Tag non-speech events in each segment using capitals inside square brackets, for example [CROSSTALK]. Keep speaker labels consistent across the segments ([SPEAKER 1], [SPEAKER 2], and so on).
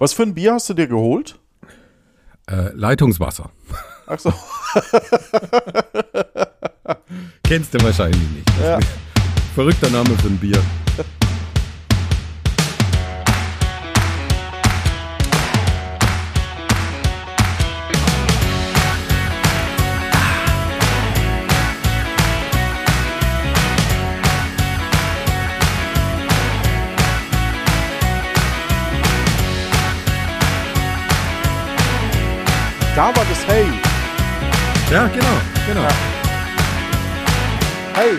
[SPEAKER 1] Was für ein Bier hast du dir geholt?
[SPEAKER 2] Äh, Leitungswasser.
[SPEAKER 1] Ach so.
[SPEAKER 2] Kennst du wahrscheinlich nicht.
[SPEAKER 1] [LAUGHS] Ja.
[SPEAKER 2] Verrückter Name für ein Bier.
[SPEAKER 1] Da war das Hey.
[SPEAKER 2] Ja, genau, genau.
[SPEAKER 1] Hey.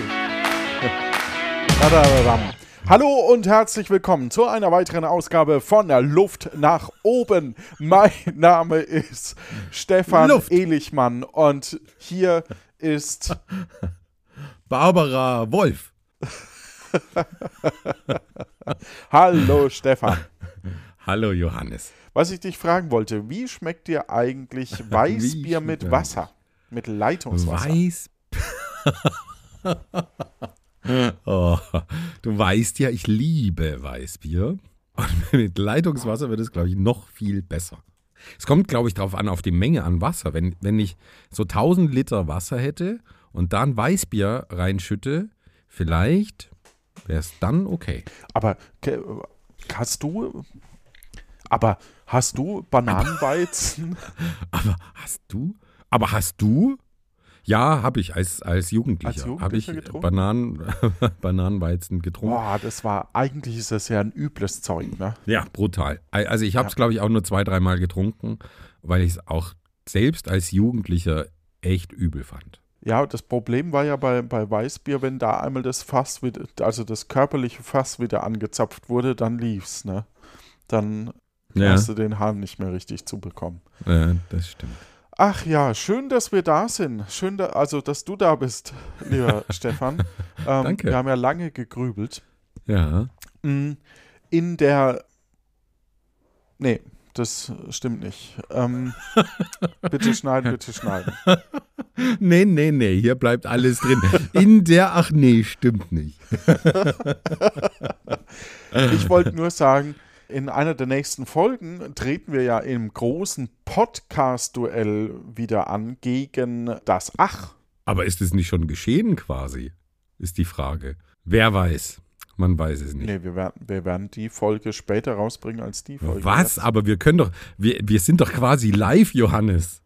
[SPEAKER 1] [LAUGHS] Radadadam. Hallo und herzlich willkommen zu einer weiteren Ausgabe von der Luft nach oben. Mein Name ist Stefan
[SPEAKER 2] Luft.
[SPEAKER 1] Elichmann und hier
[SPEAKER 2] [LAUGHS]
[SPEAKER 1] ist
[SPEAKER 2] Barbara Wolf.
[SPEAKER 1] Hallo Stefan.
[SPEAKER 2] Hallo Johannes.
[SPEAKER 1] Was ich dich fragen wollte, wie schmeckt dir
[SPEAKER 2] [LAUGHS]
[SPEAKER 1] eigentlich Weißbier
[SPEAKER 2] schmeckt
[SPEAKER 1] mit
[SPEAKER 2] mir-
[SPEAKER 1] Wasser? Mit Leitungswasser?
[SPEAKER 2] Weiß. [LAUGHS] oh, du weißt ja, ich liebe Weißbier. Und mit Leitungswasser wird es, glaube ich, noch viel besser. Es kommt, glaube ich, darauf an, auf die Menge an Wasser. Wenn, wenn ich so 1000 Liter Wasser hätte und dann Weißbier reinschütte, vielleicht wäre es dann okay.
[SPEAKER 1] Aber ke- hast du. Aber hast du Bananenweizen?
[SPEAKER 2] Aber hast du? Aber hast du? Ja, habe ich als, als Jugendlicher.
[SPEAKER 1] Als Jugendlicher
[SPEAKER 2] habe ich
[SPEAKER 1] getrunken?
[SPEAKER 2] Bananen, [LAUGHS] Bananenweizen
[SPEAKER 1] [LAUGHS]
[SPEAKER 2] getrunken.
[SPEAKER 1] Boah, das war. Eigentlich ist das ja ein übles Zeug, ne?
[SPEAKER 2] Ja, brutal. Al- Also ich habe es, glaube ich, auch nur zwei, dreimal getrunken, weil ich es auch selbst als Jugendlicher echt übel fand.
[SPEAKER 1] Ja, das Problem war ja bei, bei Weißbier, wenn da einmal das Fass wieder, also das körperliche Fass wieder angezapft wurde, dann lief's, ne? Dann hast du den Hahn nicht mehr richtig zubekommen.
[SPEAKER 2] äh, das stimmt.
[SPEAKER 1] Ach ja, schön, dass wir da sind. Schön, da, also dass du da bist, lieber Stefan. Ähm,
[SPEAKER 2] Danke.
[SPEAKER 1] Wir haben ja lange gegrübelt.
[SPEAKER 2] Ja.
[SPEAKER 1] Mm, In der. Nee, das stimmt nicht. Ähm, bitte schneiden, bitte schneiden.
[SPEAKER 2] Nee, nee, nee, hier bleibt alles [LAUGHS] drin. In der, ach nee, stimmt nicht.
[SPEAKER 1] Ich wollte nur sagen, in einer der nächsten Folgen treten wir ja im großen Podcast-Duell wieder an gegen das Ach.
[SPEAKER 2] Aber ist es nicht schon geschehen quasi? Ist die Frage. Wer weiß? Man weiß es nicht.
[SPEAKER 1] Nee, wir werden, wir werden die Folge später rausbringen als die Folge.
[SPEAKER 2] Was? Aber wir können doch, wir, wir sind doch quasi live, Johannes.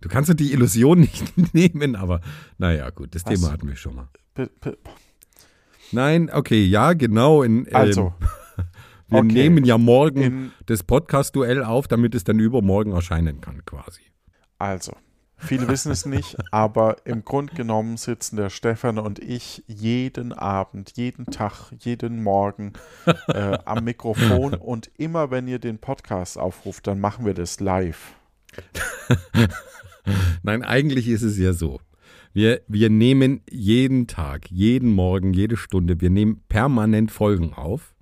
[SPEAKER 2] Du kannst doch die Illusion [LAUGHS] nicht nehmen, aber naja, gut, das
[SPEAKER 1] Was?
[SPEAKER 2] Thema hatten wir schon mal.
[SPEAKER 1] P- p-
[SPEAKER 2] Nein, okay, ja, genau. In, ähm,
[SPEAKER 1] Also,
[SPEAKER 2] wir
[SPEAKER 1] okay.
[SPEAKER 2] nehmen ja morgen
[SPEAKER 1] in,
[SPEAKER 2] das Podcast-Duell auf, damit es dann übermorgen erscheinen kann, quasi.
[SPEAKER 1] also, viele wissen es nicht, aber im Grunde genommen sitzen der Stefan und ich jeden Abend, jeden Tag, jeden Morgen äh, am
[SPEAKER 2] [LAUGHS]
[SPEAKER 1] Mikrofon und immer wenn ihr den Podcast aufruft, dann machen wir das live.
[SPEAKER 2] Nein, eigentlich ist es ja so. Wir, wir nehmen jeden Tag, jeden Morgen, jede Stunde, wir nehmen permanent Folgen auf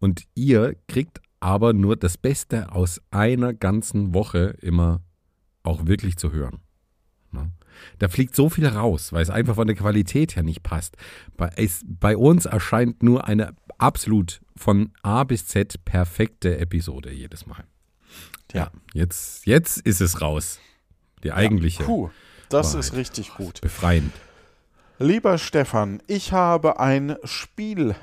[SPEAKER 2] und ihr kriegt aber nur das Beste aus einer ganzen Woche immer auch wirklich zu hören. Ne? Da fliegt so viel raus, weil es einfach von der Qualität her nicht passt. Bei, es, bei uns erscheint nur eine absolut von A bis Z perfekte Episode jedes Mal.
[SPEAKER 1] Ja.
[SPEAKER 2] Jetzt, jetzt ist es raus. Die eigentliche.
[SPEAKER 1] Puh, das
[SPEAKER 2] Wahrheit.
[SPEAKER 1] ist richtig gut.
[SPEAKER 2] Befreiend.
[SPEAKER 1] Lieber Stefan, ich habe ein Spiel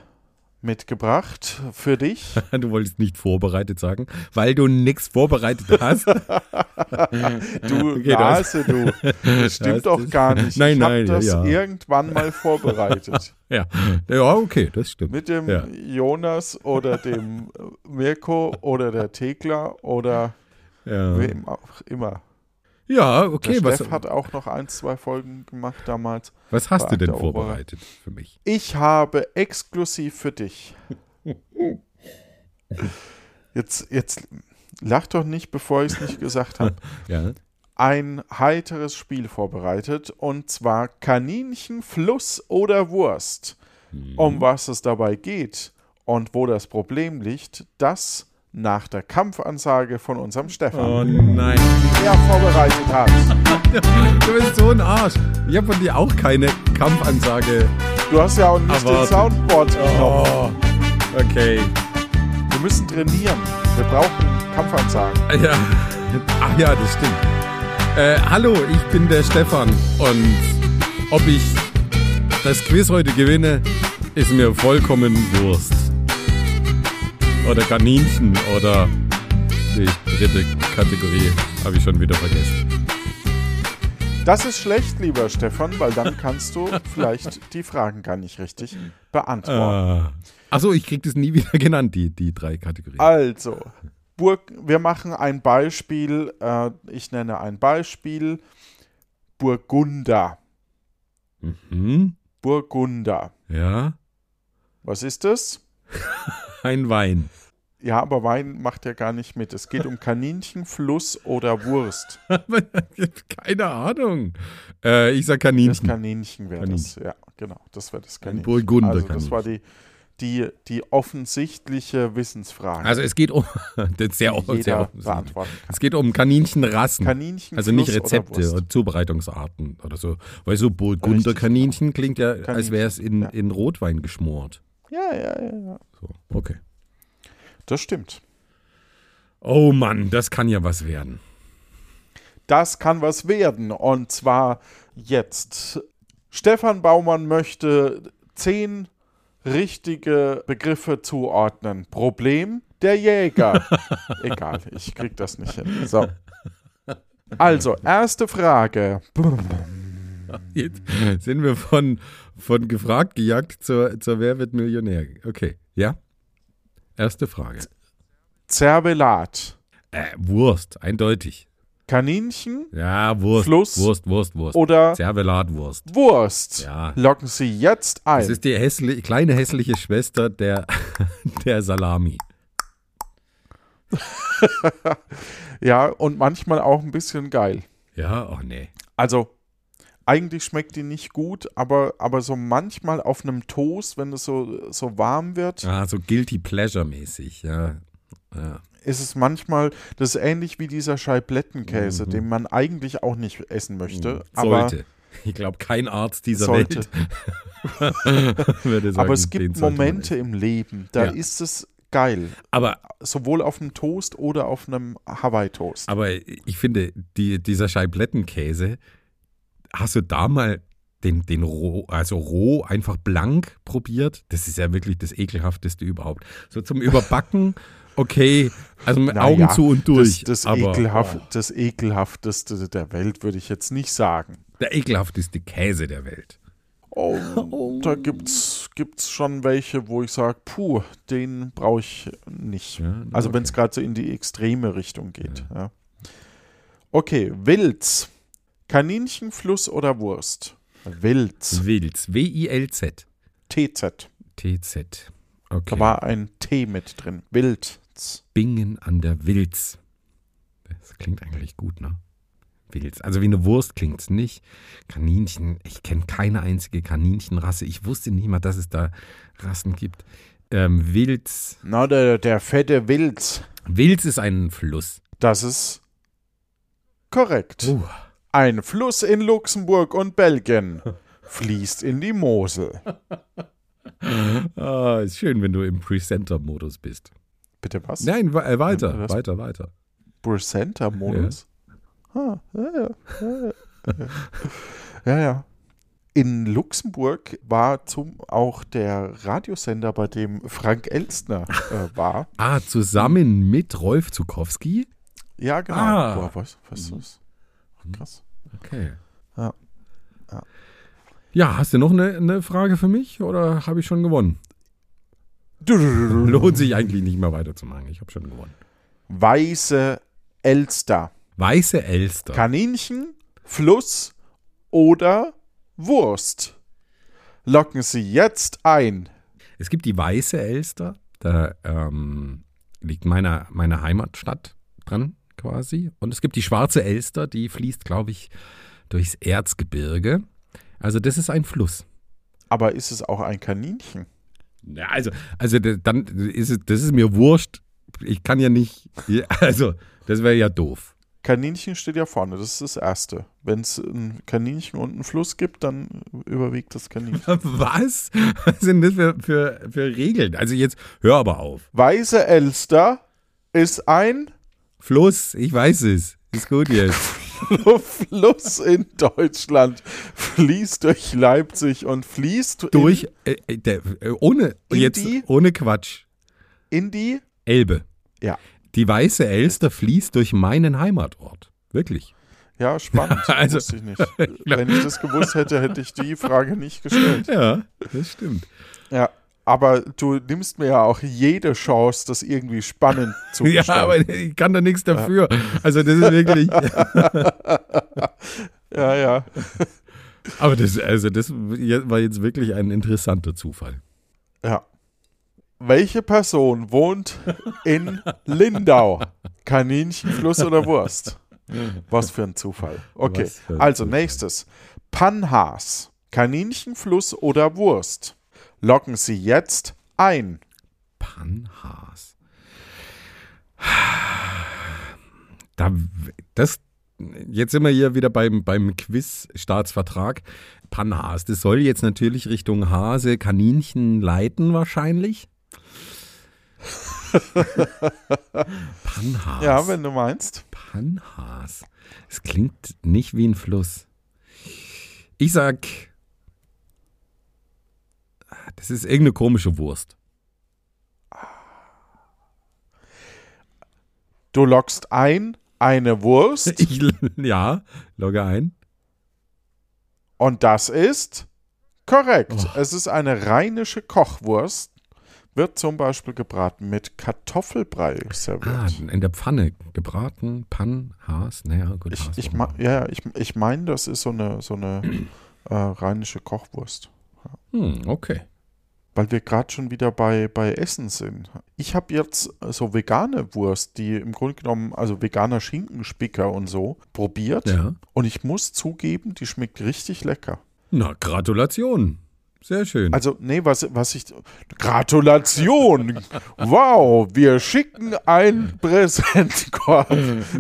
[SPEAKER 1] mitgebracht für dich.
[SPEAKER 2] [LAUGHS] Du wolltest nicht vorbereitet sagen, weil du nichts vorbereitet
[SPEAKER 1] [LAUGHS]
[SPEAKER 2] hast.
[SPEAKER 1] Du
[SPEAKER 2] [LAUGHS] Okay, das-
[SPEAKER 1] Nase, du. Das
[SPEAKER 2] Das
[SPEAKER 1] stimmt doch
[SPEAKER 2] ist-
[SPEAKER 1] gar nicht.
[SPEAKER 2] Nein,
[SPEAKER 1] ich habe
[SPEAKER 2] nein, ja,
[SPEAKER 1] das
[SPEAKER 2] ja.
[SPEAKER 1] irgendwann mal vorbereitet.
[SPEAKER 2] ja. ja, okay, das stimmt.
[SPEAKER 1] Mit dem
[SPEAKER 2] Ja.
[SPEAKER 1] Jonas oder
[SPEAKER 2] [LAUGHS]
[SPEAKER 1] dem Mirko oder der Thekla oder
[SPEAKER 2] Ja,
[SPEAKER 1] wem auch immer.
[SPEAKER 2] ja
[SPEAKER 1] Der
[SPEAKER 2] okay, was,
[SPEAKER 1] Steff hat auch noch ein, zwei Folgen gemacht damals.
[SPEAKER 2] was hast du denn
[SPEAKER 1] Beamter Ober-
[SPEAKER 2] vorbereitet für mich?
[SPEAKER 1] Ich habe exklusiv für
[SPEAKER 2] [LAUGHS]
[SPEAKER 1] dich. Jetzt, jetzt lach doch nicht, bevor ich es nicht gesagt habe.
[SPEAKER 2] Ja.
[SPEAKER 1] Ein heiteres Spiel vorbereitet und zwar Kaninchen, Fluss oder Wurst. Um was es dabei geht und wo das Problem liegt, das nach der Kampfansage von unserem Stefan,
[SPEAKER 2] Oh nein,
[SPEAKER 1] der vorbereitet hat.
[SPEAKER 2] du bist so ein Arsch. Ich habe von dir auch keine Kampfansage.
[SPEAKER 1] Du hast ja auch nicht
[SPEAKER 2] Aber-
[SPEAKER 1] den Soundboard genommen.
[SPEAKER 2] Oh, okay.
[SPEAKER 1] Wir müssen trainieren. Wir brauchen gerade sagen.
[SPEAKER 2] Äh, Ja. Ach ja, das stimmt. Äh, hallo, ich bin der Stefan und ob ich das Quiz heute gewinne, ist mir vollkommen Wurst. Oder Kaninchen oder die dritte Kategorie habe ich schon wieder vergessen.
[SPEAKER 1] Das ist schlecht, lieber Stefan, weil dann kannst du vielleicht die Fragen gar nicht richtig beantworten.
[SPEAKER 2] Äh. Achso, ich krieg das nie wieder [LAUGHS] genannt, die, die drei Kategorien.
[SPEAKER 1] Also, Burg, wir machen ein Beispiel, äh, ich nenne ein Beispiel, Burgunder.
[SPEAKER 2] Mhm.
[SPEAKER 1] Burgunder.
[SPEAKER 2] Ja,
[SPEAKER 1] Was ist das?
[SPEAKER 2] ein Wein. [LAUGHS]
[SPEAKER 1] Ja, aber Wein macht ja gar nicht mit. Es geht um Kaninchen, Fluss oder
[SPEAKER 2] [LAUGHS]
[SPEAKER 1] Wurst.
[SPEAKER 2] Keine Ahnung. Äh, ich sag Kaninchen.
[SPEAKER 1] Das Kaninchen wäre das. Ja, genau. Das wäre das Kaninchen.
[SPEAKER 2] Burgunder
[SPEAKER 1] Also, das war die, die, die offensichtliche Wissensfrage.
[SPEAKER 2] also es geht um [LAUGHS] das ist sehr,
[SPEAKER 1] die
[SPEAKER 2] offen- sehr
[SPEAKER 1] jeder
[SPEAKER 2] offen.
[SPEAKER 1] beantworten kann.
[SPEAKER 2] Es geht um Kaninchenrassen.
[SPEAKER 1] Kaninchen,
[SPEAKER 2] also nicht
[SPEAKER 1] Fluss
[SPEAKER 2] Rezepte
[SPEAKER 1] Oder
[SPEAKER 2] oder,
[SPEAKER 1] Wurst.
[SPEAKER 2] Zubereitungsarten oder so. Weil so Burgunder-Kaninchen klingt ja, als
[SPEAKER 1] Kaninchen,
[SPEAKER 2] wäre es in,
[SPEAKER 1] ja.
[SPEAKER 2] in Rotwein geschmort.
[SPEAKER 1] Ja, ja, ja, ja.
[SPEAKER 2] So, okay.
[SPEAKER 1] Das stimmt.
[SPEAKER 2] Oh Mann, das kann ja was werden.
[SPEAKER 1] Das kann was werden. Und zwar jetzt. Stefan Baumann möchte zehn richtige Begriffe zuordnen. Problem der
[SPEAKER 2] [LAUGHS]
[SPEAKER 1] Jäger. Egal, ich krieg das nicht hin. So. Also, erste Frage.
[SPEAKER 2] Jetzt sind wir von, von gefragt, gejagt zur, zur Wer wird Millionär. Okay, ja. Erste Frage.
[SPEAKER 1] Zerbelat.
[SPEAKER 2] Äh, Wurst, eindeutig.
[SPEAKER 1] Kaninchen
[SPEAKER 2] Ja, Wurst.
[SPEAKER 1] Fluss
[SPEAKER 2] Wurst, Wurst, Wurst.
[SPEAKER 1] oder
[SPEAKER 2] Zervelatwurst.
[SPEAKER 1] Wurst?
[SPEAKER 2] Ja.
[SPEAKER 1] Locken Sie jetzt
[SPEAKER 2] Das
[SPEAKER 1] ein.
[SPEAKER 2] ist die hässli kleine hässliche Schwester der, [LAUGHS] der Salami.
[SPEAKER 1] Ja, und manchmal auch ein bisschen geil.
[SPEAKER 2] Ja, oh nee.
[SPEAKER 1] Also, eigentlich schmeckt die nicht gut, aber, aber so manchmal auf einem Toast, wenn es so, so warm wird,
[SPEAKER 2] Ah, so Guilty Pleasure mäßig, ja. ja.
[SPEAKER 1] ist es manchmal, das ist ähnlich wie dieser Scheiblettenkäse, den man eigentlich auch nicht essen möchte. Aber,
[SPEAKER 2] Mhm. Hm, Sollte. Ich glaube, kein Arzt dieser
[SPEAKER 1] Sollte.
[SPEAKER 2] Welt [LAUGHS] würde sagen,
[SPEAKER 1] aber es
[SPEAKER 2] den
[SPEAKER 1] gibt
[SPEAKER 2] sollte man essen.
[SPEAKER 1] Momente im Leben, da
[SPEAKER 2] Ja.
[SPEAKER 1] ist es geil.
[SPEAKER 2] Aber,
[SPEAKER 1] Sowohl auf einem Toast oder auf einem Hawaii-Toast.
[SPEAKER 2] aber ich finde, die, dieser Scheiblettenkäse, hast du da mal den, den roh, also roh einfach blank probiert? Das ist ja wirklich das ekelhafteste überhaupt. So zum Überbacken, okay, also mit
[SPEAKER 1] Na
[SPEAKER 2] Augen
[SPEAKER 1] ja,
[SPEAKER 2] zu und durch.
[SPEAKER 1] Das, das,
[SPEAKER 2] aber,
[SPEAKER 1] ekelhaft,
[SPEAKER 2] oh,
[SPEAKER 1] das ekelhafteste der Welt würde ich jetzt nicht sagen.
[SPEAKER 2] der ekelhafteste Käse der Welt.
[SPEAKER 1] Oh, da gibt's gibt's schon welche, wo ich sage, puh, den brauche ich nicht.
[SPEAKER 2] Ja, na,
[SPEAKER 1] also wenn es gerade so in die extreme Richtung geht. Ja. Okay, Wilz. Kaninchen, Fluss oder Wurst?
[SPEAKER 2] Hm.
[SPEAKER 1] Wilz.
[SPEAKER 2] Wilz, W-I-L-Z.
[SPEAKER 1] TZ.
[SPEAKER 2] TZ.
[SPEAKER 1] Da
[SPEAKER 2] Okay.
[SPEAKER 1] war ein T mit drin. Wilz.
[SPEAKER 2] Bingen an der Wilz. Das klingt eigentlich gut, ne? Wilz. Also wie eine Wurst klingt es nicht. Kaninchen, ich kenne keine einzige Kaninchenrasse. Ich wusste nicht mal, dass es da Rassen gibt. Ähm, Wilz.
[SPEAKER 1] Na, der, der fette Wilz.
[SPEAKER 2] Wilz ist ein Fluss.
[SPEAKER 1] Das ist korrekt.
[SPEAKER 2] Oh.
[SPEAKER 1] Ein Fluss in Luxemburg und
[SPEAKER 2] [LAUGHS]
[SPEAKER 1] Belgien fließt in die Mosel.
[SPEAKER 2] Ah, ist schön, wenn du im Presenter-Modus bist.
[SPEAKER 1] Bitte was?
[SPEAKER 2] Nein, wa- äh,
[SPEAKER 1] Ja,
[SPEAKER 2] weiter,
[SPEAKER 1] was?
[SPEAKER 2] weiter, weiter.
[SPEAKER 1] Presenter-Modus. Ah, Ja. ja, [LAUGHS] ja, ja. ja. In Luxemburg war zum, auch der Radiosender, bei dem Frank Elstner äh, war.
[SPEAKER 2] Ah, zusammen mit Rolf Zukowski?
[SPEAKER 1] Ja, genau.
[SPEAKER 2] Ah.
[SPEAKER 1] Boah, was, was ist das? Krass.
[SPEAKER 2] Okay.
[SPEAKER 1] Ja.
[SPEAKER 2] Ja,
[SPEAKER 1] Ja.
[SPEAKER 2] hast du noch eine, eine Frage für mich oder habe ich schon gewonnen? [LAUGHS] Lohnt sich eigentlich nicht mehr weiterzumachen. Ich habe schon gewonnen.
[SPEAKER 1] Weiße Elster.
[SPEAKER 2] Weiße Elster.
[SPEAKER 1] Kaninchen, Fluss oder Wurst. Locken Sie jetzt ein.
[SPEAKER 2] es gibt die Weiße Elster. Da ähm, liegt meine, meine Heimatstadt dran quasi. Und es gibt die Schwarze Elster, die fließt, glaube ich, durchs Erzgebirge. Also das ist ein Fluss.
[SPEAKER 1] Aber ist es auch ein Kaninchen?
[SPEAKER 2] Ja, also, also d- dann ist es, das ist mir wurscht. Ich kann ja nicht, [LAUGHS] also das wäre ja doof.
[SPEAKER 1] Kaninchen steht ja vorne, das ist das Erste. Wenn es ein Kaninchen und einen Fluss gibt, dann überwiegt das
[SPEAKER 2] [LAUGHS]
[SPEAKER 1] Kaninchen.
[SPEAKER 2] Was? Was sind das für, für, für Regeln? Also jetzt hör aber auf.
[SPEAKER 1] Weiße Elster ist ein [LAUGHS]
[SPEAKER 2] Fluss, ich weiß es. Ist gut jetzt.
[SPEAKER 1] Fluss in Deutschland fließt durch Leipzig und fließt
[SPEAKER 2] Durch, äh, äh, der, äh, ohne,
[SPEAKER 1] In
[SPEAKER 2] jetzt,
[SPEAKER 1] die-
[SPEAKER 2] ohne Quatsch.
[SPEAKER 1] in, in die.
[SPEAKER 2] Elbe.
[SPEAKER 1] Ja.
[SPEAKER 2] Die weiße Elster fließt durch meinen Heimatort. Wirklich.
[SPEAKER 1] Ja,
[SPEAKER 2] [LAUGHS]
[SPEAKER 1] spannend.
[SPEAKER 2] Also-
[SPEAKER 1] wusste ich nicht. Wenn ich das gewusst hätte, hätte ich die Frage nicht
[SPEAKER 2] [LAUGHS]
[SPEAKER 1] gestellt.
[SPEAKER 2] Ja, das stimmt.
[SPEAKER 1] Ja, aber du nimmst mir ja auch jede Chance, das irgendwie spannend zu
[SPEAKER 2] [LAUGHS] Ja,
[SPEAKER 1] gestalten.
[SPEAKER 2] aber ich kann da nichts dafür. Also das
[SPEAKER 1] [LAUGHS]
[SPEAKER 2] ist wirklich, [LAUGHS]
[SPEAKER 1] ja, ja.
[SPEAKER 2] aber das, also das war jetzt wirklich ein interessanter Zufall.
[SPEAKER 1] Ja. Welche Person wohnt
[SPEAKER 2] [LAUGHS]
[SPEAKER 1] in Lindau? Kaninchen, Fluss oder Wurst? Was für ein Zufall. Okay,
[SPEAKER 2] Was für ein
[SPEAKER 1] also
[SPEAKER 2] Zufall.
[SPEAKER 1] nächstes. Panhas. Kaninchen, Fluss oder Wurst? Locken Sie jetzt ein.
[SPEAKER 2] Panhas. Da, das, jetzt sind wir hier wieder beim, beim Quiz-Staatsvertrag. Panhas, das soll jetzt natürlich Richtung Hase, Kaninchen leiten wahrscheinlich. Panhas.
[SPEAKER 1] Ja, wenn du meinst.
[SPEAKER 2] Panhas. Es klingt nicht wie ein Fluss. Ich sag, das ist irgendeine komische Wurst.
[SPEAKER 1] Du lockst ein eine
[SPEAKER 2] [LAUGHS]
[SPEAKER 1] Wurst
[SPEAKER 2] Ich, ja, logge ein.
[SPEAKER 1] und das ist korrekt.
[SPEAKER 2] Oh.
[SPEAKER 1] Es ist eine rheinische Kochwurst. Wird zum Beispiel gebraten mit Kartoffelbrei serviert.
[SPEAKER 2] Ah, in der Pfanne gebraten, Pan, Haas, naja, gut.
[SPEAKER 1] Ich,
[SPEAKER 2] Haas oh.
[SPEAKER 1] ich,
[SPEAKER 2] auch
[SPEAKER 1] ma-
[SPEAKER 2] noch.
[SPEAKER 1] ja, ja, ich, ich meine, das ist so eine, so eine äh, rheinische Kochwurst.
[SPEAKER 2] hm, okay.
[SPEAKER 1] Weil wir gerade schon wieder bei, bei Essen sind. Ich habe jetzt äh, so vegane Wurst, die im Grunde genommen, also veganer Schinkenspicker und so, probiert.
[SPEAKER 2] Ja.
[SPEAKER 1] Und ich muss zugeben, die schmeckt richtig lecker.
[SPEAKER 2] Na, Gratulation. Sehr schön.
[SPEAKER 1] Also, nee, was, was ich.
[SPEAKER 2] [LAUGHS]
[SPEAKER 1] Gratulation! Wow, wir schicken einen
[SPEAKER 2] [LAUGHS]
[SPEAKER 1] Präsentkorb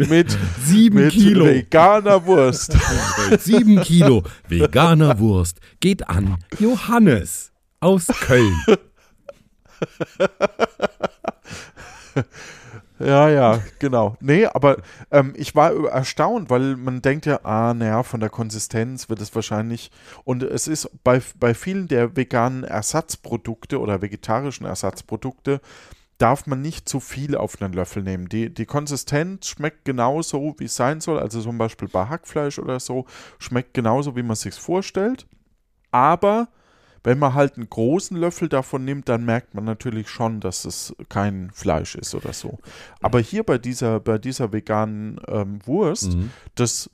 [SPEAKER 1] mit,
[SPEAKER 2] Sieben
[SPEAKER 1] mit
[SPEAKER 2] Kilo.
[SPEAKER 1] veganer Wurst. [LAUGHS]
[SPEAKER 2] Sieben Kilo veganer Wurst geht an Johannes aus
[SPEAKER 1] [LAUGHS]
[SPEAKER 2] Köln.
[SPEAKER 1] Ja, ja, genau. Nee, aber ähm, ich war über- erstaunt, weil man denkt ja, ah, naja, von der Konsistenz wird es wahrscheinlich. Und es ist bei, bei vielen der veganen Ersatzprodukte oder vegetarischen Ersatzprodukte, darf man nicht zu viel auf einen Löffel nehmen. Die, die Konsistenz schmeckt genauso, wie es sein soll. Also zum Beispiel bei Hackfleisch oder so, schmeckt genauso, wie man es sich vorstellt. Aber wenn man halt einen großen Löffel davon nimmt, dann merkt man natürlich schon, dass es kein Fleisch ist oder so. Aber hier bei dieser, bei dieser veganen ähm, Wurst,
[SPEAKER 2] Mhm.
[SPEAKER 1] das,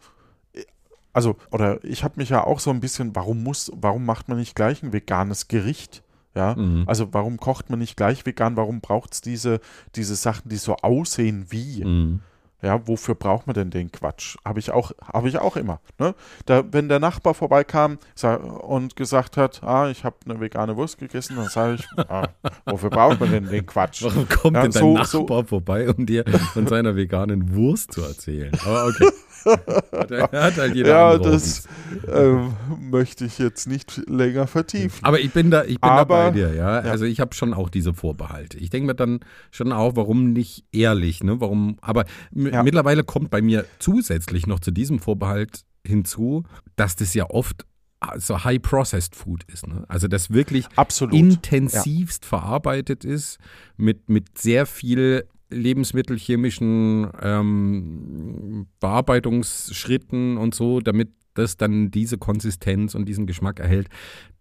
[SPEAKER 1] also, oder ich habe mich ja auch so ein bisschen, warum muss, warum macht man nicht gleich ein veganes Gericht? Ja,
[SPEAKER 2] Mhm.
[SPEAKER 1] also warum kocht man nicht gleich vegan? Warum braucht es diese, diese Sachen, die so aussehen wie?
[SPEAKER 2] Mhm.
[SPEAKER 1] Ja, wofür braucht man denn den Quatsch? Habe ich auch, habe ich auch immer. Ne? Da, wenn der Nachbar vorbeikam sa- und gesagt hat, ah, ich habe eine vegane Wurst gegessen, dann sage ich, ah, wofür braucht man denn den Quatsch?
[SPEAKER 2] Warum kommt
[SPEAKER 1] Ja,
[SPEAKER 2] denn dein
[SPEAKER 1] so-
[SPEAKER 2] Nachbar
[SPEAKER 1] so-
[SPEAKER 2] vorbei, um dir von seiner veganen Wurst zu erzählen? Aber
[SPEAKER 1] [LAUGHS]
[SPEAKER 2] okay. Hat- Hat halt jeder
[SPEAKER 1] Ja,
[SPEAKER 2] andere
[SPEAKER 1] das ähm, möchte ich jetzt nicht länger vertiefen.
[SPEAKER 2] Aber ich bin da, ich bin da
[SPEAKER 1] Aber-
[SPEAKER 2] bei dir, ja. Also ich habe schon auch diese Vorbehalte. Ich denke mir dann schon auch, warum nicht ehrlich, ne? Warum? Aber m-
[SPEAKER 1] Ja.
[SPEAKER 2] mittlerweile kommt bei mir zusätzlich noch zu diesem Vorbehalt hinzu, dass das ja oft ah, so high processed food ist, ne? Also das wirklich
[SPEAKER 1] Absolut.
[SPEAKER 2] intensivst verarbeitet ist mit mit sehr viel lebensmittelchemischen ähm, Bearbeitungsschritten und so, damit das dann diese Konsistenz und diesen Geschmack erhält.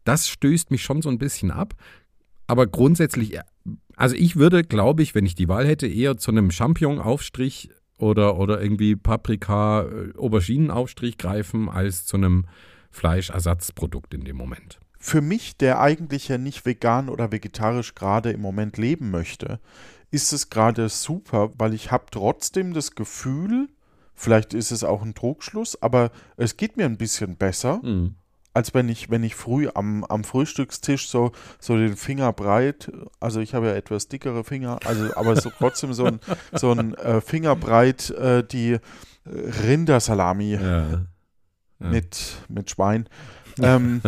[SPEAKER 2] Das stößt mich schon so ein bisschen ab. Aber grundsätzlich, also ich würde, glaube ich, wenn ich die Wahl hätte, eher zu einem Champignon-Aufstrich oder, oder irgendwie Paprika-Auberginen-Aufstrich greifen, als zu einem Fleischersatzprodukt in dem Moment.
[SPEAKER 1] Für mich, der eigentlich ja nicht vegan oder vegetarisch gerade im Moment leben möchte, ist es gerade super, weil ich habe trotzdem das Gefühl, vielleicht ist es auch ein Trugschluss, aber es geht mir ein bisschen besser. als wenn ich, wenn ich früh am, am Frühstückstisch so, so den Finger breit, also ich habe ja etwas dickere Finger, also aber so trotzdem so ein, so ein äh, Finger breit äh, die äh, Rindersalami
[SPEAKER 2] Ja. Ja.
[SPEAKER 1] mit, mit Schwein
[SPEAKER 2] [LAUGHS]
[SPEAKER 1] ähm,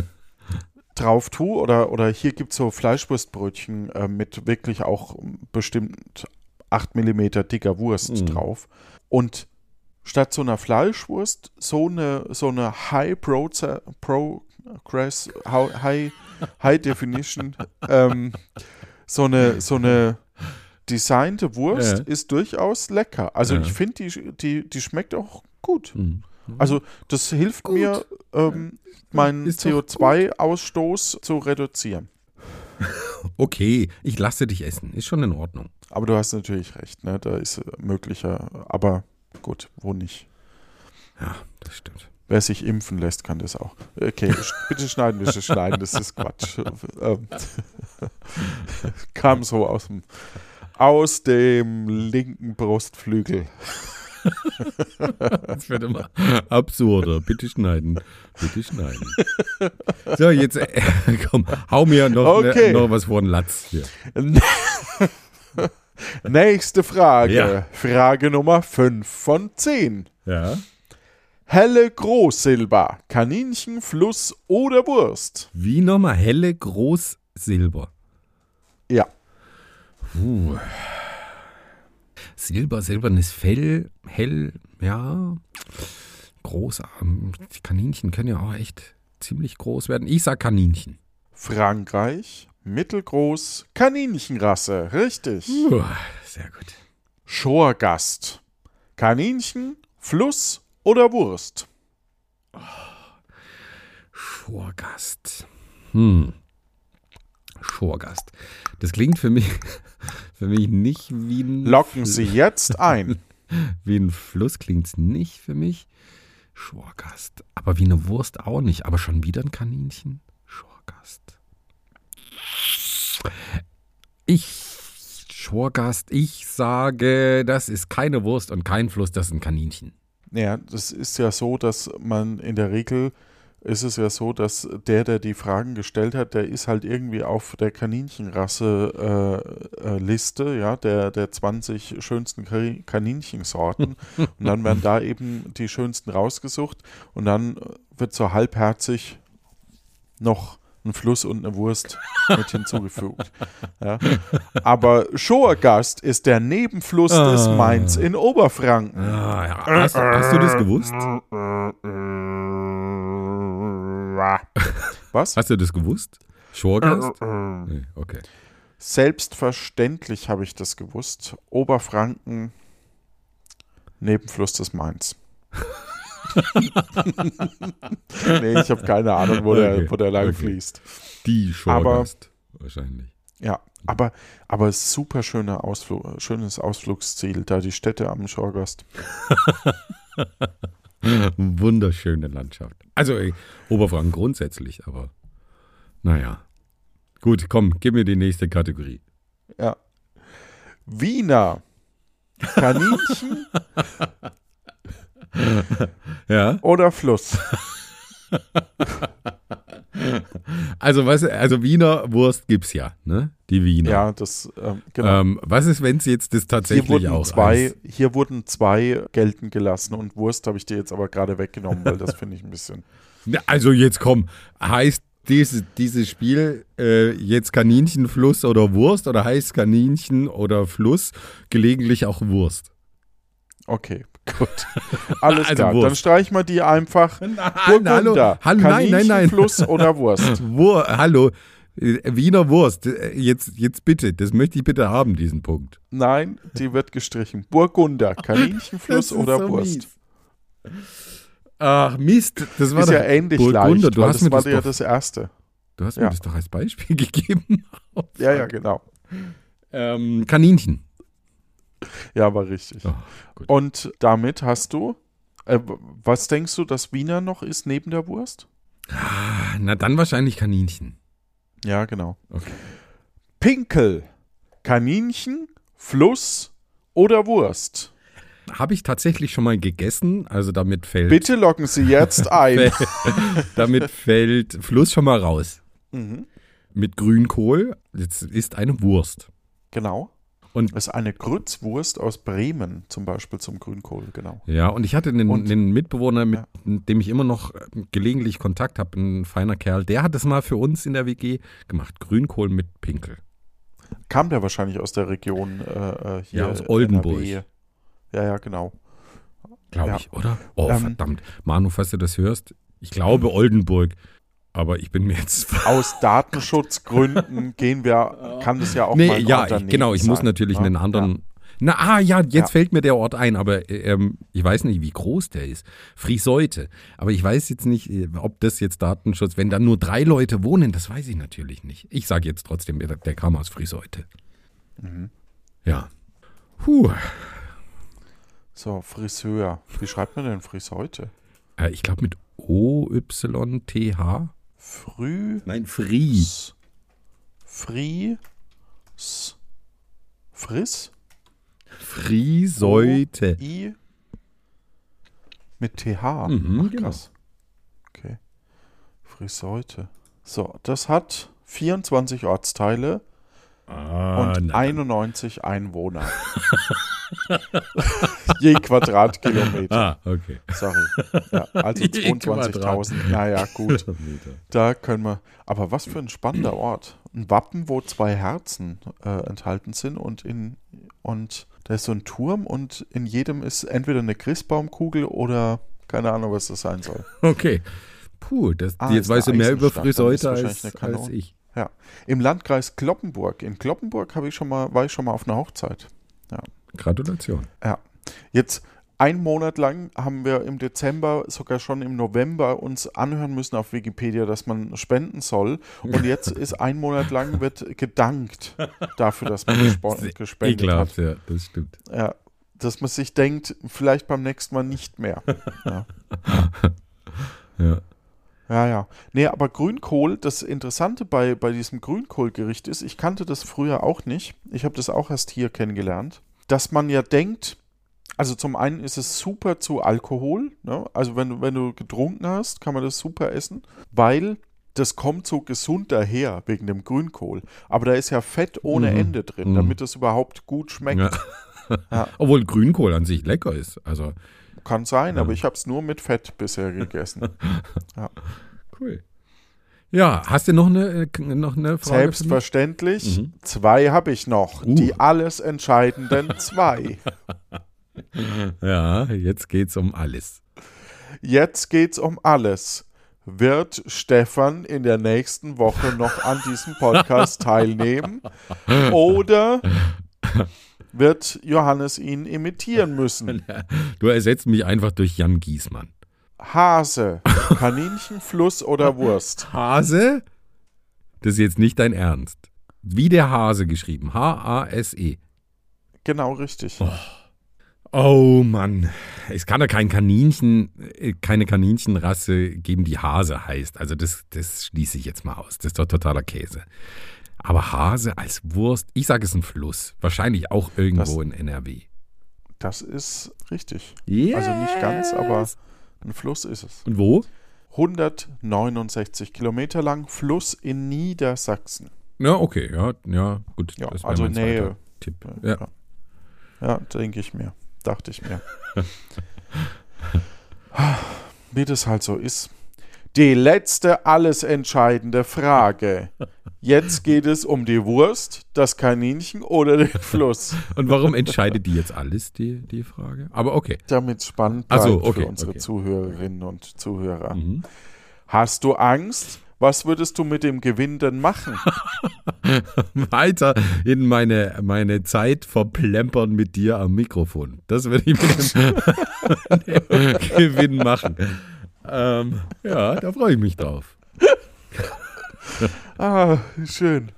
[SPEAKER 1] drauf tue oder, oder hier gibt es so Fleischwurstbrötchen äh, mit wirklich auch bestimmt 8 mm dicker Wurst
[SPEAKER 2] Mhm.
[SPEAKER 1] drauf. Und statt so einer Fleischwurst so eine, so eine High Proze- Progress, Hau- High, High
[SPEAKER 2] [LAUGHS]
[SPEAKER 1] Definition, ähm, so eine, so eine designte Wurst
[SPEAKER 2] Ja.
[SPEAKER 1] ist durchaus lecker. Also
[SPEAKER 2] Ja.
[SPEAKER 1] ich finde, die, die, die schmeckt auch gut.
[SPEAKER 2] Mhm.
[SPEAKER 1] Also das hilft
[SPEAKER 2] Gut.
[SPEAKER 1] mir, ähm, meinen
[SPEAKER 2] Ist doch
[SPEAKER 1] CO2-Ausstoß zu reduzieren.
[SPEAKER 2] Okay, ich lasse dich essen. Ist schon in Ordnung.
[SPEAKER 1] Aber du hast natürlich recht, ne? da ist äh, möglicher, aber gut, wo nicht.
[SPEAKER 2] Ja, das stimmt.
[SPEAKER 1] Wer sich impfen lässt, kann das auch. Okay, sch- [LAUGHS] bitte schneiden, bitte schneiden, das ist Quatsch. [LAUGHS] Ähm, Kam so aus dem, aus dem linken Brustflügel.
[SPEAKER 2] Das wird immer [LAUGHS] absurder. Bitte schneiden. Bitte schneiden. So, jetzt äh, [LAUGHS] komm, hau mir noch, ne-
[SPEAKER 1] Okay.
[SPEAKER 2] noch was vor den Latz hier.
[SPEAKER 1] Nächste Frage.
[SPEAKER 2] Ja.
[SPEAKER 1] Frage Nummer 5 von 10.
[SPEAKER 2] Ja.
[SPEAKER 1] Helle Großsilber, Kaninchen, Fluss oder Wurst?
[SPEAKER 2] Wie nochmal helle Großsilber.
[SPEAKER 1] Ja,
[SPEAKER 2] Puh. Silber, silbernes Fell, hell, ja. Groß, ähm, die Kaninchen können ja auch echt ziemlich groß werden. Ich sag Kaninchen.
[SPEAKER 1] Frankreich, mittelgroß, Kaninchenrasse, richtig.
[SPEAKER 2] Puh, sehr gut.
[SPEAKER 1] Schorgast, Kaninchen, Fluss oder Wurst?
[SPEAKER 2] Schorgast. Hm. Schorgast. Das klingt für mich, [LAUGHS] für mich nicht wie ein,
[SPEAKER 1] Locken Sie jetzt ein.
[SPEAKER 2] wie ein Fluss, klingt es nicht für mich. Schorgast. Aber wie eine Wurst auch nicht. Aber schon wieder ein Kaninchen. Schorgast. Ich, Schorgast, ich sage, das ist keine Wurst und kein Fluss, das ist ein Kaninchen.
[SPEAKER 1] Ja, das ist ja so, dass man in der Regel ist es ja so, dass der, der die Fragen gestellt hat, der ist halt irgendwie auf der Kaninchenrasse äh, äh, Liste, ja, der, der 20 schönsten Ka- Kaninchensorten. und dann werden da eben die schönsten rausgesucht und dann wird so halbherzig noch ein Fluss und eine Wurst mit hinzugefügt. Ja. Aber Schoergast ist der Nebenfluss des
[SPEAKER 2] Ah.
[SPEAKER 1] Mains in Oberfranken.
[SPEAKER 2] Ah, ja. hast, hast du das gewusst?
[SPEAKER 1] Was?
[SPEAKER 2] Hast du das gewusst? Schorgast?
[SPEAKER 1] Äh,
[SPEAKER 2] Nee, okay.
[SPEAKER 1] Selbstverständlich habe ich das gewusst. Oberfranken, Nebenfluss des
[SPEAKER 2] [LAUGHS]
[SPEAKER 1] Mains. nee, ich habe keine Ahnung, wo,
[SPEAKER 2] Okay,
[SPEAKER 1] der, wo der lang
[SPEAKER 2] okay.
[SPEAKER 1] fließt.
[SPEAKER 2] Die Schorgast. Wahrscheinlich. [LAUGHS]
[SPEAKER 1] Ja, aber, aber super schöner Ausflug, schönes Ausflugsziel, da die Städte am Schorgast.
[SPEAKER 2] Wunderschöne Landschaft. Also ey, Oberfranken grundsätzlich, aber naja. Gut, komm, gib mir die nächste Kategorie.
[SPEAKER 1] Ja. Wiener,
[SPEAKER 2] [LAUGHS]
[SPEAKER 1] Kaninchen
[SPEAKER 2] Ja,
[SPEAKER 1] oder Fluss?
[SPEAKER 2] also was, also Wiener Wurst gibt's ja, ne? Die Wiener.
[SPEAKER 1] Ja, das, ähm, genau.
[SPEAKER 2] Ähm, was ist, wenn's jetzt das
[SPEAKER 1] Hier
[SPEAKER 2] tatsächlich
[SPEAKER 1] wurden,
[SPEAKER 2] auch
[SPEAKER 1] zwei,
[SPEAKER 2] als-
[SPEAKER 1] hier wurden zwei gelten gelassen und Wurst habe ich dir jetzt aber gerade weggenommen, weil das finde ich ein bisschen.
[SPEAKER 2] Na, Also jetzt komm, heißt dieses, dieses Spiel äh, jetzt Kaninchen, Fluss oder Wurst oder heißt Kaninchen oder Fluss gelegentlich auch Wurst?
[SPEAKER 1] Okay, [LAUGHS] gut. Alles
[SPEAKER 2] Also
[SPEAKER 1] klar,
[SPEAKER 2] Wurst.
[SPEAKER 1] dann streich mal die einfach.
[SPEAKER 2] Nein,
[SPEAKER 1] Burgunder,
[SPEAKER 2] hallo, nein, nein, nein.
[SPEAKER 1] Kaninchenfluss oder
[SPEAKER 2] [LAUGHS]
[SPEAKER 1] Wurst?
[SPEAKER 2] Wur Hallo, äh, Wiener Wurst. äh, Jetzt, jetzt bitte, das möchte ich bitte haben, diesen Punkt.
[SPEAKER 1] Nein, die wird gestrichen. Burgunder,
[SPEAKER 2] [LAUGHS] Das
[SPEAKER 1] Kaninchenfluss
[SPEAKER 2] ist
[SPEAKER 1] oder
[SPEAKER 2] so
[SPEAKER 1] Wurst?
[SPEAKER 2] mies. Ach Mist, das war
[SPEAKER 1] Ist
[SPEAKER 2] doch
[SPEAKER 1] ja ähnlich
[SPEAKER 2] Burgunder.
[SPEAKER 1] leicht,
[SPEAKER 2] Du
[SPEAKER 1] weil
[SPEAKER 2] hast,
[SPEAKER 1] das
[SPEAKER 2] mir
[SPEAKER 1] war
[SPEAKER 2] das,
[SPEAKER 1] ja
[SPEAKER 2] doch,
[SPEAKER 1] das erste.
[SPEAKER 2] du hast
[SPEAKER 1] ja.
[SPEAKER 2] mir das doch als Beispiel [LAUGHS] gegeben.
[SPEAKER 1] Ja, ja, genau.
[SPEAKER 2] Ähm, Kaninchen.
[SPEAKER 1] Ja, war richtig.
[SPEAKER 2] Ja, gut.
[SPEAKER 1] Und damit hast du, äh, was denkst du, dass Wiener noch ist neben der Wurst?
[SPEAKER 2] Ah, Na dann wahrscheinlich Kaninchen.
[SPEAKER 1] Ja, genau.
[SPEAKER 2] Okay.
[SPEAKER 1] Pinkel, Kaninchen, Fluss oder Wurst?
[SPEAKER 2] Habe ich tatsächlich schon mal gegessen, also damit fällt,
[SPEAKER 1] Bitte locken Sie
[SPEAKER 2] [LAUGHS]
[SPEAKER 1] jetzt ein.
[SPEAKER 2] damit fällt Fluss schon mal raus.
[SPEAKER 1] mhm,
[SPEAKER 2] Mit Grünkohl, jetzt ist eine Wurst.
[SPEAKER 1] genau.
[SPEAKER 2] Und-
[SPEAKER 1] das ist eine Grützwurst aus Bremen zum Beispiel zum Grünkohl, genau.
[SPEAKER 2] Ja, und ich hatte einen,
[SPEAKER 1] Und-
[SPEAKER 2] einen Mitbewohner, mit
[SPEAKER 1] Ja.
[SPEAKER 2] dem ich immer noch äh, gelegentlich Kontakt habe, ein feiner Kerl, der hat das mal für uns in der WG gemacht. Grünkohl mit Pinkel.
[SPEAKER 1] Kam der wahrscheinlich aus der Region äh, hier.
[SPEAKER 2] Ja, aus Oldenburg.
[SPEAKER 1] NRW. Ja, ja, genau.
[SPEAKER 2] glaube
[SPEAKER 1] Ja.
[SPEAKER 2] ich, oder? Oh,
[SPEAKER 1] Ähm.
[SPEAKER 2] verdammt. Manu, falls du das hörst, ich
[SPEAKER 1] [CLEARS THROAT]
[SPEAKER 2] glaube Oldenburg, aber ich bin mir jetzt.
[SPEAKER 1] Aus
[SPEAKER 2] [LAUGHS]
[SPEAKER 1] Datenschutzgründen gehen wir, kann das ja auch mal
[SPEAKER 2] nee,
[SPEAKER 1] ein
[SPEAKER 2] ja, ich,
[SPEAKER 1] Unternehmen
[SPEAKER 2] genau, ich muss
[SPEAKER 1] sein,
[SPEAKER 2] natürlich
[SPEAKER 1] ne?
[SPEAKER 2] einen anderen. Na, ah, ja, jetzt fällt mir der Ort ein, aber äh, ähm, ich weiß nicht, wie groß der ist. Frieseute. Aber ich weiß jetzt nicht, äh, ob das jetzt Datenschutz, wenn da nur drei Leute wohnen, das weiß ich natürlich nicht. Ich sage jetzt trotzdem, der, der kam aus Frieseute.
[SPEAKER 1] Mhm.
[SPEAKER 2] Ja. Puh.
[SPEAKER 1] So, Friseur. Wie schreibt man denn Friseute?
[SPEAKER 2] Äh, ich glaube mit O-Y-T-H.
[SPEAKER 1] Früh.
[SPEAKER 2] Nein, Fries.
[SPEAKER 1] Fri. S, Friss.
[SPEAKER 2] Frieseute.
[SPEAKER 1] I. Mit TH.
[SPEAKER 2] Mhm,
[SPEAKER 1] Ach, krass. Okay. Friseute. So, das hat 24 Ortsteile
[SPEAKER 2] Ah,
[SPEAKER 1] und
[SPEAKER 2] na,
[SPEAKER 1] 91 Einwohner. [LAUGHS] Je Quadratkilometer.
[SPEAKER 2] ah, okay.
[SPEAKER 1] Sorry. Ja, also
[SPEAKER 2] [LAUGHS] Je
[SPEAKER 1] 22.000.
[SPEAKER 2] Quadrat.
[SPEAKER 1] Naja, gut. Da können wir. Aber was für ein spannender Ort. Ein Wappen, wo zwei Herzen äh, enthalten sind und in und da ist so ein Turm und in jedem ist entweder eine Christbaumkugel oder keine Ahnung, was das sein soll.
[SPEAKER 2] Okay. Puh, das,
[SPEAKER 1] Ah,
[SPEAKER 2] jetzt
[SPEAKER 1] ist eine
[SPEAKER 2] weißt du mehr über
[SPEAKER 1] Eisenstadt, dann ist
[SPEAKER 2] Friseute
[SPEAKER 1] wahrscheinlich
[SPEAKER 2] als,
[SPEAKER 1] eine Kanone.
[SPEAKER 2] als ich.
[SPEAKER 1] Ja. Im Landkreis Kloppenburg. In Kloppenburg habe ich schon mal, war ich schon mal auf einer Hochzeit.
[SPEAKER 2] Gratulation.
[SPEAKER 1] Ja. Jetzt einen Monat lang haben wir im Dezember, sogar schon im November uns anhören müssen auf Wikipedia, dass man spenden soll. Und jetzt ist ein Monat lang wird gedankt dafür, dass man gespo- gespendet
[SPEAKER 2] Ekelhaft, ja, das stimmt.
[SPEAKER 1] hat. Ja. Dass man sich denkt, vielleicht beim nächsten Mal nicht
[SPEAKER 2] [LAUGHS]
[SPEAKER 1] mehr.
[SPEAKER 2] Ja.
[SPEAKER 1] Ja, ja. Nee, aber Grünkohl, das Interessante bei, bei diesem Grünkohlgericht ist, ich kannte das früher auch nicht. Ich habe das auch erst hier kennengelernt, dass man ja denkt, also zum einen ist es super zu Alkohol, ne? also wenn, du- wenn du getrunken hast, kann man das super essen, weil das kommt so gesund daher wegen dem Grünkohl. Aber da ist ja Fett ohne
[SPEAKER 2] Mhm.
[SPEAKER 1] Ende drin,
[SPEAKER 2] Mhm.
[SPEAKER 1] damit es überhaupt gut schmeckt.
[SPEAKER 2] Ja.
[SPEAKER 1] [LAUGHS] Ja.
[SPEAKER 2] Obwohl Grünkohl an sich lecker ist. Also,
[SPEAKER 1] Kann sein,
[SPEAKER 2] Ja.
[SPEAKER 1] aber ich habe es nur mit Fett
[SPEAKER 2] [LAUGHS]
[SPEAKER 1] bisher gegessen.
[SPEAKER 2] cool. Ja, hast du noch eine, äh, k- noch eine Frage? für mich?
[SPEAKER 1] Selbstverständlich. Zwei habe ich noch.
[SPEAKER 2] Mhm. Uh.
[SPEAKER 1] Die alles
[SPEAKER 2] [LAUGHS]
[SPEAKER 1] entscheidenden zwei.
[SPEAKER 2] Ja, jetzt geht's um alles.
[SPEAKER 1] Jetzt geht's um alles. Wird Stefan in der nächsten Woche noch an diesem
[SPEAKER 2] [LAUGHS]
[SPEAKER 1] Podcast teilnehmen? Oder wird Johannes ihn imitieren
[SPEAKER 2] [LAUGHS]
[SPEAKER 1] müssen?
[SPEAKER 2] Du ersetzt mich einfach durch Jan Giesmann.
[SPEAKER 1] Hase,
[SPEAKER 2] [LAUGHS]
[SPEAKER 1] Kaninchen, Fluss oder Wurst?
[SPEAKER 2] Hase? Das ist jetzt nicht dein Ernst. Wie der Hase geschrieben. H-A-S-E.
[SPEAKER 1] Genau richtig.
[SPEAKER 2] Oh Mann, es kann ja kein Kaninchen, äh, keine Kaninchenrasse geben, die Hase heißt. Also das, das schließe ich jetzt mal aus. Das ist doch totaler Käse. Aber Hase als Wurst, ich sage es ist ein Fluss. Wahrscheinlich auch irgendwo in NRW.
[SPEAKER 1] Das ist richtig. Also nicht ganz, aber ein Fluss ist es.
[SPEAKER 2] Und wo?
[SPEAKER 1] 169 Kilometer lang, Fluss in Niedersachsen.
[SPEAKER 2] Ja, okay, ja, ja, gut.
[SPEAKER 1] Ja,
[SPEAKER 2] wär
[SPEAKER 1] also
[SPEAKER 2] mein zweiter
[SPEAKER 1] Nähe.
[SPEAKER 2] Tipp. Ja.
[SPEAKER 1] Ja, denke ich mir. Dachte ich
[SPEAKER 2] [LAUGHS]
[SPEAKER 1] mir. Wie das halt so ist. Die letzte alles entscheidende Frage. Jetzt geht es um die Wurst, das Kaninchen oder den Fluss.
[SPEAKER 2] Und warum entscheidet die jetzt alles, die, die Frage? Aber okay.
[SPEAKER 1] Damit es spannend
[SPEAKER 2] Ach
[SPEAKER 1] bleibt
[SPEAKER 2] so, okay,
[SPEAKER 1] für unsere
[SPEAKER 2] okay.
[SPEAKER 1] Zuhörerinnen und Zuhörer.
[SPEAKER 2] Mhm.
[SPEAKER 1] Hast du Angst? Was würdest du mit dem Gewinn denn machen?
[SPEAKER 2] weiter in meine, meine Zeit verplempern mit dir am Mikrofon. Das würde ich mit dem [LAUGHS] Gewinn machen. Ähm, ja, da freue ich mich drauf.
[SPEAKER 1] Ah, schön.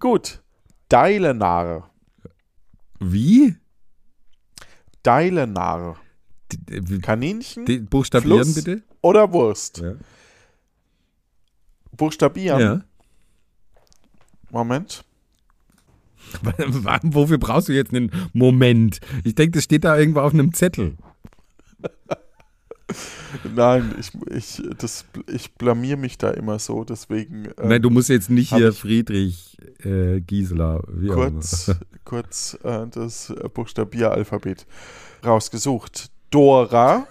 [SPEAKER 1] Gut. Deilenare.
[SPEAKER 2] Wie?
[SPEAKER 1] Deilenare.
[SPEAKER 2] D- d-
[SPEAKER 1] Kaninchen
[SPEAKER 2] d- Buchstabieren
[SPEAKER 1] Fluss?
[SPEAKER 2] bitte?
[SPEAKER 1] oder Wurst?
[SPEAKER 2] Ja.
[SPEAKER 1] Buchstabieren. Moment.
[SPEAKER 2] W- [LAUGHS] Wofür brauchst du jetzt einen Moment? Ich denke, das steht da irgendwo auf einem Zettel.
[SPEAKER 1] Nein, ich, ich, das, ich blamier mich da immer so, deswegen äh,
[SPEAKER 2] Nein, du musst jetzt nicht
[SPEAKER 1] hab
[SPEAKER 2] hier
[SPEAKER 1] ich-
[SPEAKER 2] Friedrich äh, Gisela. Wie auch
[SPEAKER 1] kurz, kurz äh, das Buchstabieralphabet rausgesucht. Dora,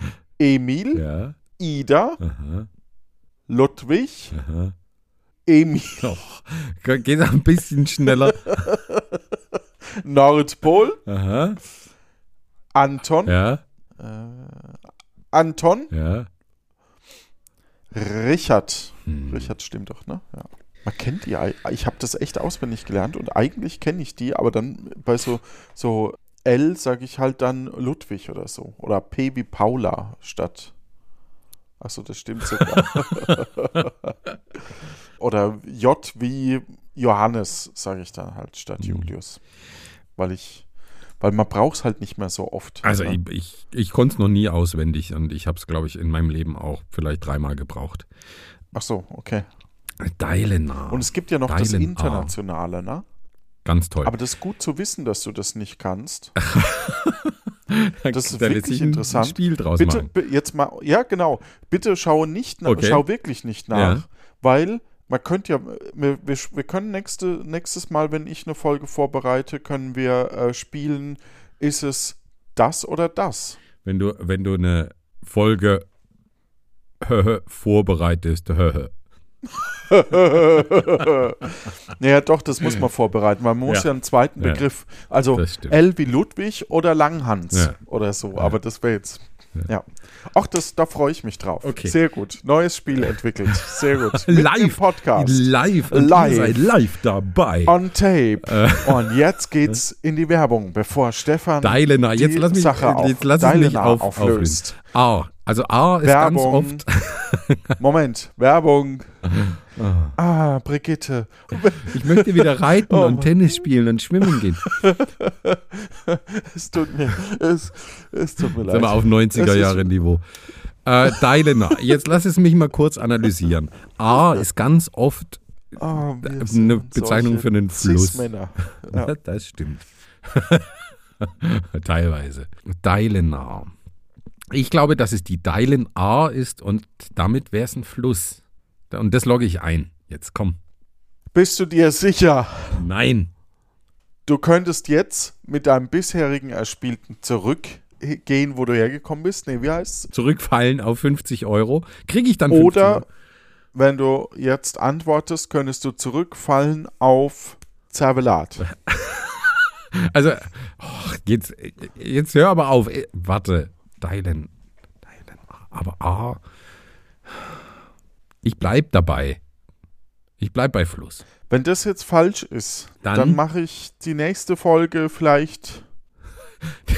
[SPEAKER 2] immer.
[SPEAKER 1] Emil,
[SPEAKER 2] Ja.
[SPEAKER 1] Ida,
[SPEAKER 2] Aha,
[SPEAKER 1] Ludwig,
[SPEAKER 2] aha.
[SPEAKER 1] Emil.
[SPEAKER 2] Doch. Geht ein bisschen schneller.
[SPEAKER 1] Nordpol,
[SPEAKER 2] Aha.
[SPEAKER 1] Anton,
[SPEAKER 2] Ja,
[SPEAKER 1] Anton,
[SPEAKER 2] ja.
[SPEAKER 1] Richard.
[SPEAKER 2] Hm.
[SPEAKER 1] Richard stimmt doch, ne? Ja. Man kennt die, ei- ich habe das echt auswendig gelernt und eigentlich kenne ich die, aber dann bei so, so L sage ich halt dann Ludwig oder so. Oder P wie Paula statt. Achso, das stimmt sogar. [LAUGHS] oder J wie Johannes sage ich dann halt
[SPEAKER 2] Hm.
[SPEAKER 1] statt Julius. Weil ich, weil man braucht es halt nicht mehr so oft.
[SPEAKER 2] Also
[SPEAKER 1] ne?
[SPEAKER 2] ich, ich, ich konnte es noch nie auswendig und ich habe es, glaube ich, in meinem Leben auch vielleicht dreimal gebraucht.
[SPEAKER 1] Ach so, okay.
[SPEAKER 2] Deilenar.
[SPEAKER 1] Und es gibt ja noch das
[SPEAKER 2] Dylan A.
[SPEAKER 1] Internationale, ne?
[SPEAKER 2] Ganz toll.
[SPEAKER 1] Aber das ist gut zu wissen, dass du das nicht kannst. das ist
[SPEAKER 2] Da lässt
[SPEAKER 1] wirklich
[SPEAKER 2] sich ein-
[SPEAKER 1] interessant.
[SPEAKER 2] Ein Spiel draus
[SPEAKER 1] Bitte
[SPEAKER 2] machen.
[SPEAKER 1] bi- jetzt mal, ja genau, bitte schau nicht nach,
[SPEAKER 2] Okay.
[SPEAKER 1] schau wirklich nicht nach,
[SPEAKER 2] Ja.
[SPEAKER 1] weil man könnte ja, wir, wir, wir können nächste, nächstes Mal, wenn ich eine Folge vorbereite, können wir äh, spielen, ist es das oder das?
[SPEAKER 2] Wenn du, wenn du eine Folge vorbereitest,
[SPEAKER 1] naja, doch, das muss man vorbereiten, weil man muss ja,
[SPEAKER 2] Hm. Ja.
[SPEAKER 1] einen zweiten
[SPEAKER 2] Ja.
[SPEAKER 1] Begriff, also
[SPEAKER 2] Das stimmt.
[SPEAKER 1] L wie Ludwig oder Langhans
[SPEAKER 2] Ja.
[SPEAKER 1] oder so,
[SPEAKER 2] Ja.
[SPEAKER 1] aber das wäre jetzt. Ja. Ach, das, da freue ich mich drauf.
[SPEAKER 2] Okay.
[SPEAKER 1] Sehr gut. Neues Spiel entwickelt. Sehr
[SPEAKER 2] [LAUGHS]
[SPEAKER 1] gut. Mitten im
[SPEAKER 2] live
[SPEAKER 1] Podcast.
[SPEAKER 2] Live. Und
[SPEAKER 1] Live.
[SPEAKER 2] Ihr seid live dabei.
[SPEAKER 1] On tape.
[SPEAKER 2] Äh.
[SPEAKER 1] Und jetzt
[SPEAKER 2] [LAUGHS]
[SPEAKER 1] geht's in die Werbung, bevor Stefan
[SPEAKER 2] Deilenar. Jetzt
[SPEAKER 1] die
[SPEAKER 2] lass mich
[SPEAKER 1] Sache auf,
[SPEAKER 2] jetzt lass es mich
[SPEAKER 1] Deilenar
[SPEAKER 2] auf,
[SPEAKER 1] auflöst.
[SPEAKER 2] auflöst. A. Also A ist
[SPEAKER 1] Werbung.
[SPEAKER 2] ganz oft [LAUGHS]
[SPEAKER 1] Moment, Werbung. Ah, Brigitte. [LAUGHS]
[SPEAKER 2] Ich möchte wieder reiten
[SPEAKER 1] Oh Mann.
[SPEAKER 2] und Tennis spielen und schwimmen gehen.
[SPEAKER 1] Es tut mir, es, es tut mir
[SPEAKER 2] Sind wir
[SPEAKER 1] leid.
[SPEAKER 2] auf 90er-Jahre-Niveau. Äh, Deilener, jetzt lass es mich mal kurz analysieren. A ist ganz oft äh,
[SPEAKER 1] Ah, wir
[SPEAKER 2] eine
[SPEAKER 1] sind
[SPEAKER 2] Bezeichnung
[SPEAKER 1] solche
[SPEAKER 2] für einen Fluss. [LAUGHS]
[SPEAKER 1] Cis-Männer. Ja.
[SPEAKER 2] Das stimmt. [LAUGHS] Teilweise. Deilenar. Ich glaube, dass es die Deilenar ist und damit wäre es ein Fluss. Und das logge ich ein. Jetzt komm.
[SPEAKER 1] Bist du dir sicher?
[SPEAKER 2] Nein.
[SPEAKER 1] Du könntest jetzt mit deinem bisherigen Erspielten zurückgehen, wo du hergekommen bist. Nee, wie heißt's?
[SPEAKER 2] Zurückfallen auf 50 Euro. Kriege ich dann 50
[SPEAKER 1] Oder
[SPEAKER 2] Euro?
[SPEAKER 1] wenn du jetzt antwortest, könntest du zurückfallen auf Zervelat.
[SPEAKER 2] Also, och, jetzt, jetzt hör aber auf. Äh, Warte, Dylan. Dylan. Aber A. Ich bleib dabei. Ich bleib bei Fluss. [LAUGHS]
[SPEAKER 1] Wenn das jetzt falsch ist, dann,
[SPEAKER 2] Dann?
[SPEAKER 1] mache ich die nächste Folge vielleicht.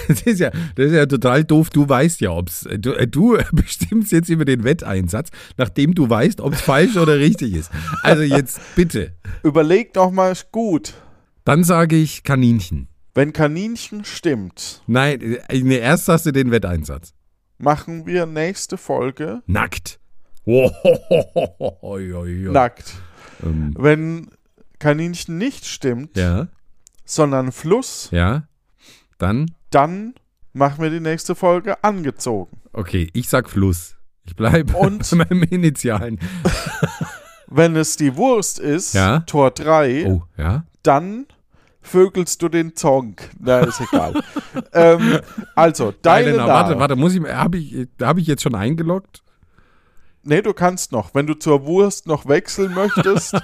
[SPEAKER 2] Das ist ja, das ist ja total doof. Du weißt ja, ob's. Du, äh, du [LAUGHS] bestimmst jetzt über den Wetteinsatz, nachdem du weißt, ob's falsch oder richtig ist. Also jetzt bitte.
[SPEAKER 1] Überleg doch mal gut.
[SPEAKER 2] Dann sage ich Kaninchen.
[SPEAKER 1] Wenn Kaninchen stimmt,
[SPEAKER 2] Nein, äh, nee, erst hast du den Wetteinsatz.
[SPEAKER 1] machen wir nächste Folge
[SPEAKER 2] Nackt. [LAUGHS] Nackt.
[SPEAKER 1] nackt. Wenn Kaninchen nicht stimmt,
[SPEAKER 2] Ähm, Ja.
[SPEAKER 1] sondern Fluss,
[SPEAKER 2] Ja, dann,
[SPEAKER 1] dann machen wir die nächste Folge angezogen.
[SPEAKER 2] okay, ich sag Fluss. Ich [LAUGHS] bleibe
[SPEAKER 1] Und?
[SPEAKER 2] bei meinem Initialen.
[SPEAKER 1] Wenn es die Wurst ist,
[SPEAKER 2] Ja.
[SPEAKER 1] Tor 3,
[SPEAKER 2] Oh, ja.
[SPEAKER 1] dann vögelst du den Zong. Na, ist
[SPEAKER 2] [LAUGHS]
[SPEAKER 1] egal. ähm, also, deine
[SPEAKER 2] Eilener,
[SPEAKER 1] Name.
[SPEAKER 2] warte, warte, muss ich, habe ich, hab ich jetzt
[SPEAKER 1] [LAUGHS]
[SPEAKER 2] schon eingeloggt?
[SPEAKER 1] Nee, du kannst noch. Wenn du zur Wurst noch wechseln
[SPEAKER 2] [LAUGHS]
[SPEAKER 1] möchtest,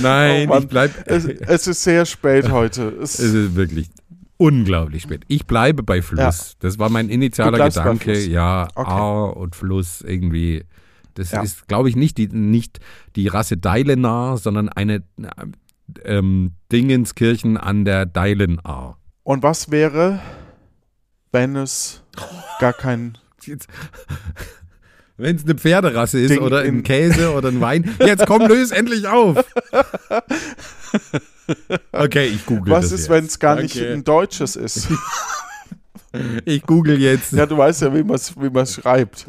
[SPEAKER 2] Nein,
[SPEAKER 1] Oh Mann.
[SPEAKER 2] ich bleib,
[SPEAKER 1] es,
[SPEAKER 2] [LAUGHS] es,
[SPEAKER 1] es ist sehr spät heute. Es,
[SPEAKER 2] ist wirklich unglaublich spät. Ich bleibe bei Fluss. Das war mein
[SPEAKER 1] Du
[SPEAKER 2] initialer
[SPEAKER 1] bleibst bei
[SPEAKER 2] Gedanke.
[SPEAKER 1] Fluss.
[SPEAKER 2] Ja,
[SPEAKER 1] Okay.
[SPEAKER 2] A und Fluss irgendwie. Das
[SPEAKER 1] Ja.
[SPEAKER 2] ist, glaube ich, nicht die, nicht die Rasse Deilenar, sondern eine ähm, Dingenskirchen an der Deilenar.
[SPEAKER 1] Und was wäre, wenn es gar kein...
[SPEAKER 2] [LAUGHS] Wenn es eine ne Pferderasse ist
[SPEAKER 1] Ding
[SPEAKER 2] oder
[SPEAKER 1] in-
[SPEAKER 2] ein Käse oder ein Wein. Jetzt komm, löse endlich auf! Okay, ich google
[SPEAKER 1] Was
[SPEAKER 2] das
[SPEAKER 1] ist,
[SPEAKER 2] jetzt.
[SPEAKER 1] wenn es gar
[SPEAKER 2] Danke.
[SPEAKER 1] nicht ein deutsches ist?
[SPEAKER 2] Ich google jetzt.
[SPEAKER 1] ja, du weißt ja, wie man es wie man's schreibt.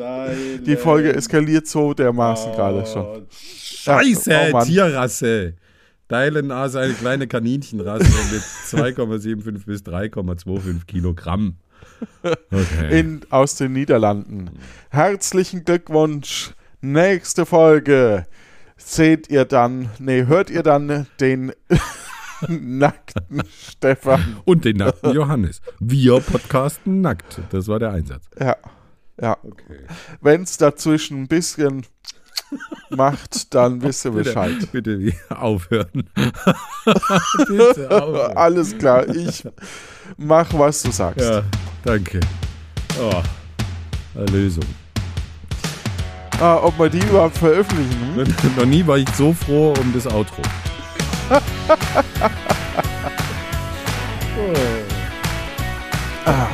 [SPEAKER 1] Die Folge eskaliert so dermaßen
[SPEAKER 2] Oh,
[SPEAKER 1] gerade schon.
[SPEAKER 2] Scheiße,
[SPEAKER 1] Oh, Mann.
[SPEAKER 2] Tierrasse. Dylan ist eine kleine Kaninchenrasse
[SPEAKER 1] [LAUGHS]
[SPEAKER 2] mit 2,75 bis 3,25 Kilogramm.
[SPEAKER 1] [LAUGHS]
[SPEAKER 2] Okay.
[SPEAKER 1] in, aus den Niederlanden.
[SPEAKER 2] Mhm.
[SPEAKER 1] Herzlichen Glückwunsch. Nächste Folge seht ihr dann, nee, hört ihr dann den [LAUGHS] nackten Stefan.
[SPEAKER 2] Und den nackten Johannes. Wir podcasten nackt. Das war der Einsatz.
[SPEAKER 1] Ja. Ja.
[SPEAKER 2] Okay.
[SPEAKER 1] Wenn es dazwischen ein bisschen macht, dann wisst ihr Bescheid.
[SPEAKER 2] Bitte [LAUGHS] wie- aufhören. Bitte aufhören.
[SPEAKER 1] Alles klar, ich mach, was du sagst.
[SPEAKER 2] Ja, danke. Oh, Erlösung.
[SPEAKER 1] Ah, ob wir die überhaupt veröffentlichen? Hm?
[SPEAKER 2] Noch nie war ich so froh um das Outro.
[SPEAKER 1] Ah.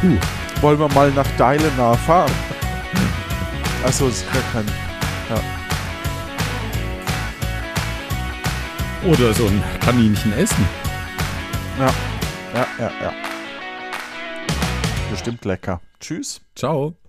[SPEAKER 2] Puh.
[SPEAKER 1] Wollen wir mal nach Deilenau fahren? Achso, es ist gar kein.
[SPEAKER 2] Oder so ein Kaninchen essen.
[SPEAKER 1] Ja, ja, ja, ja. Bestimmt lecker. Tschüss.
[SPEAKER 2] Ciao.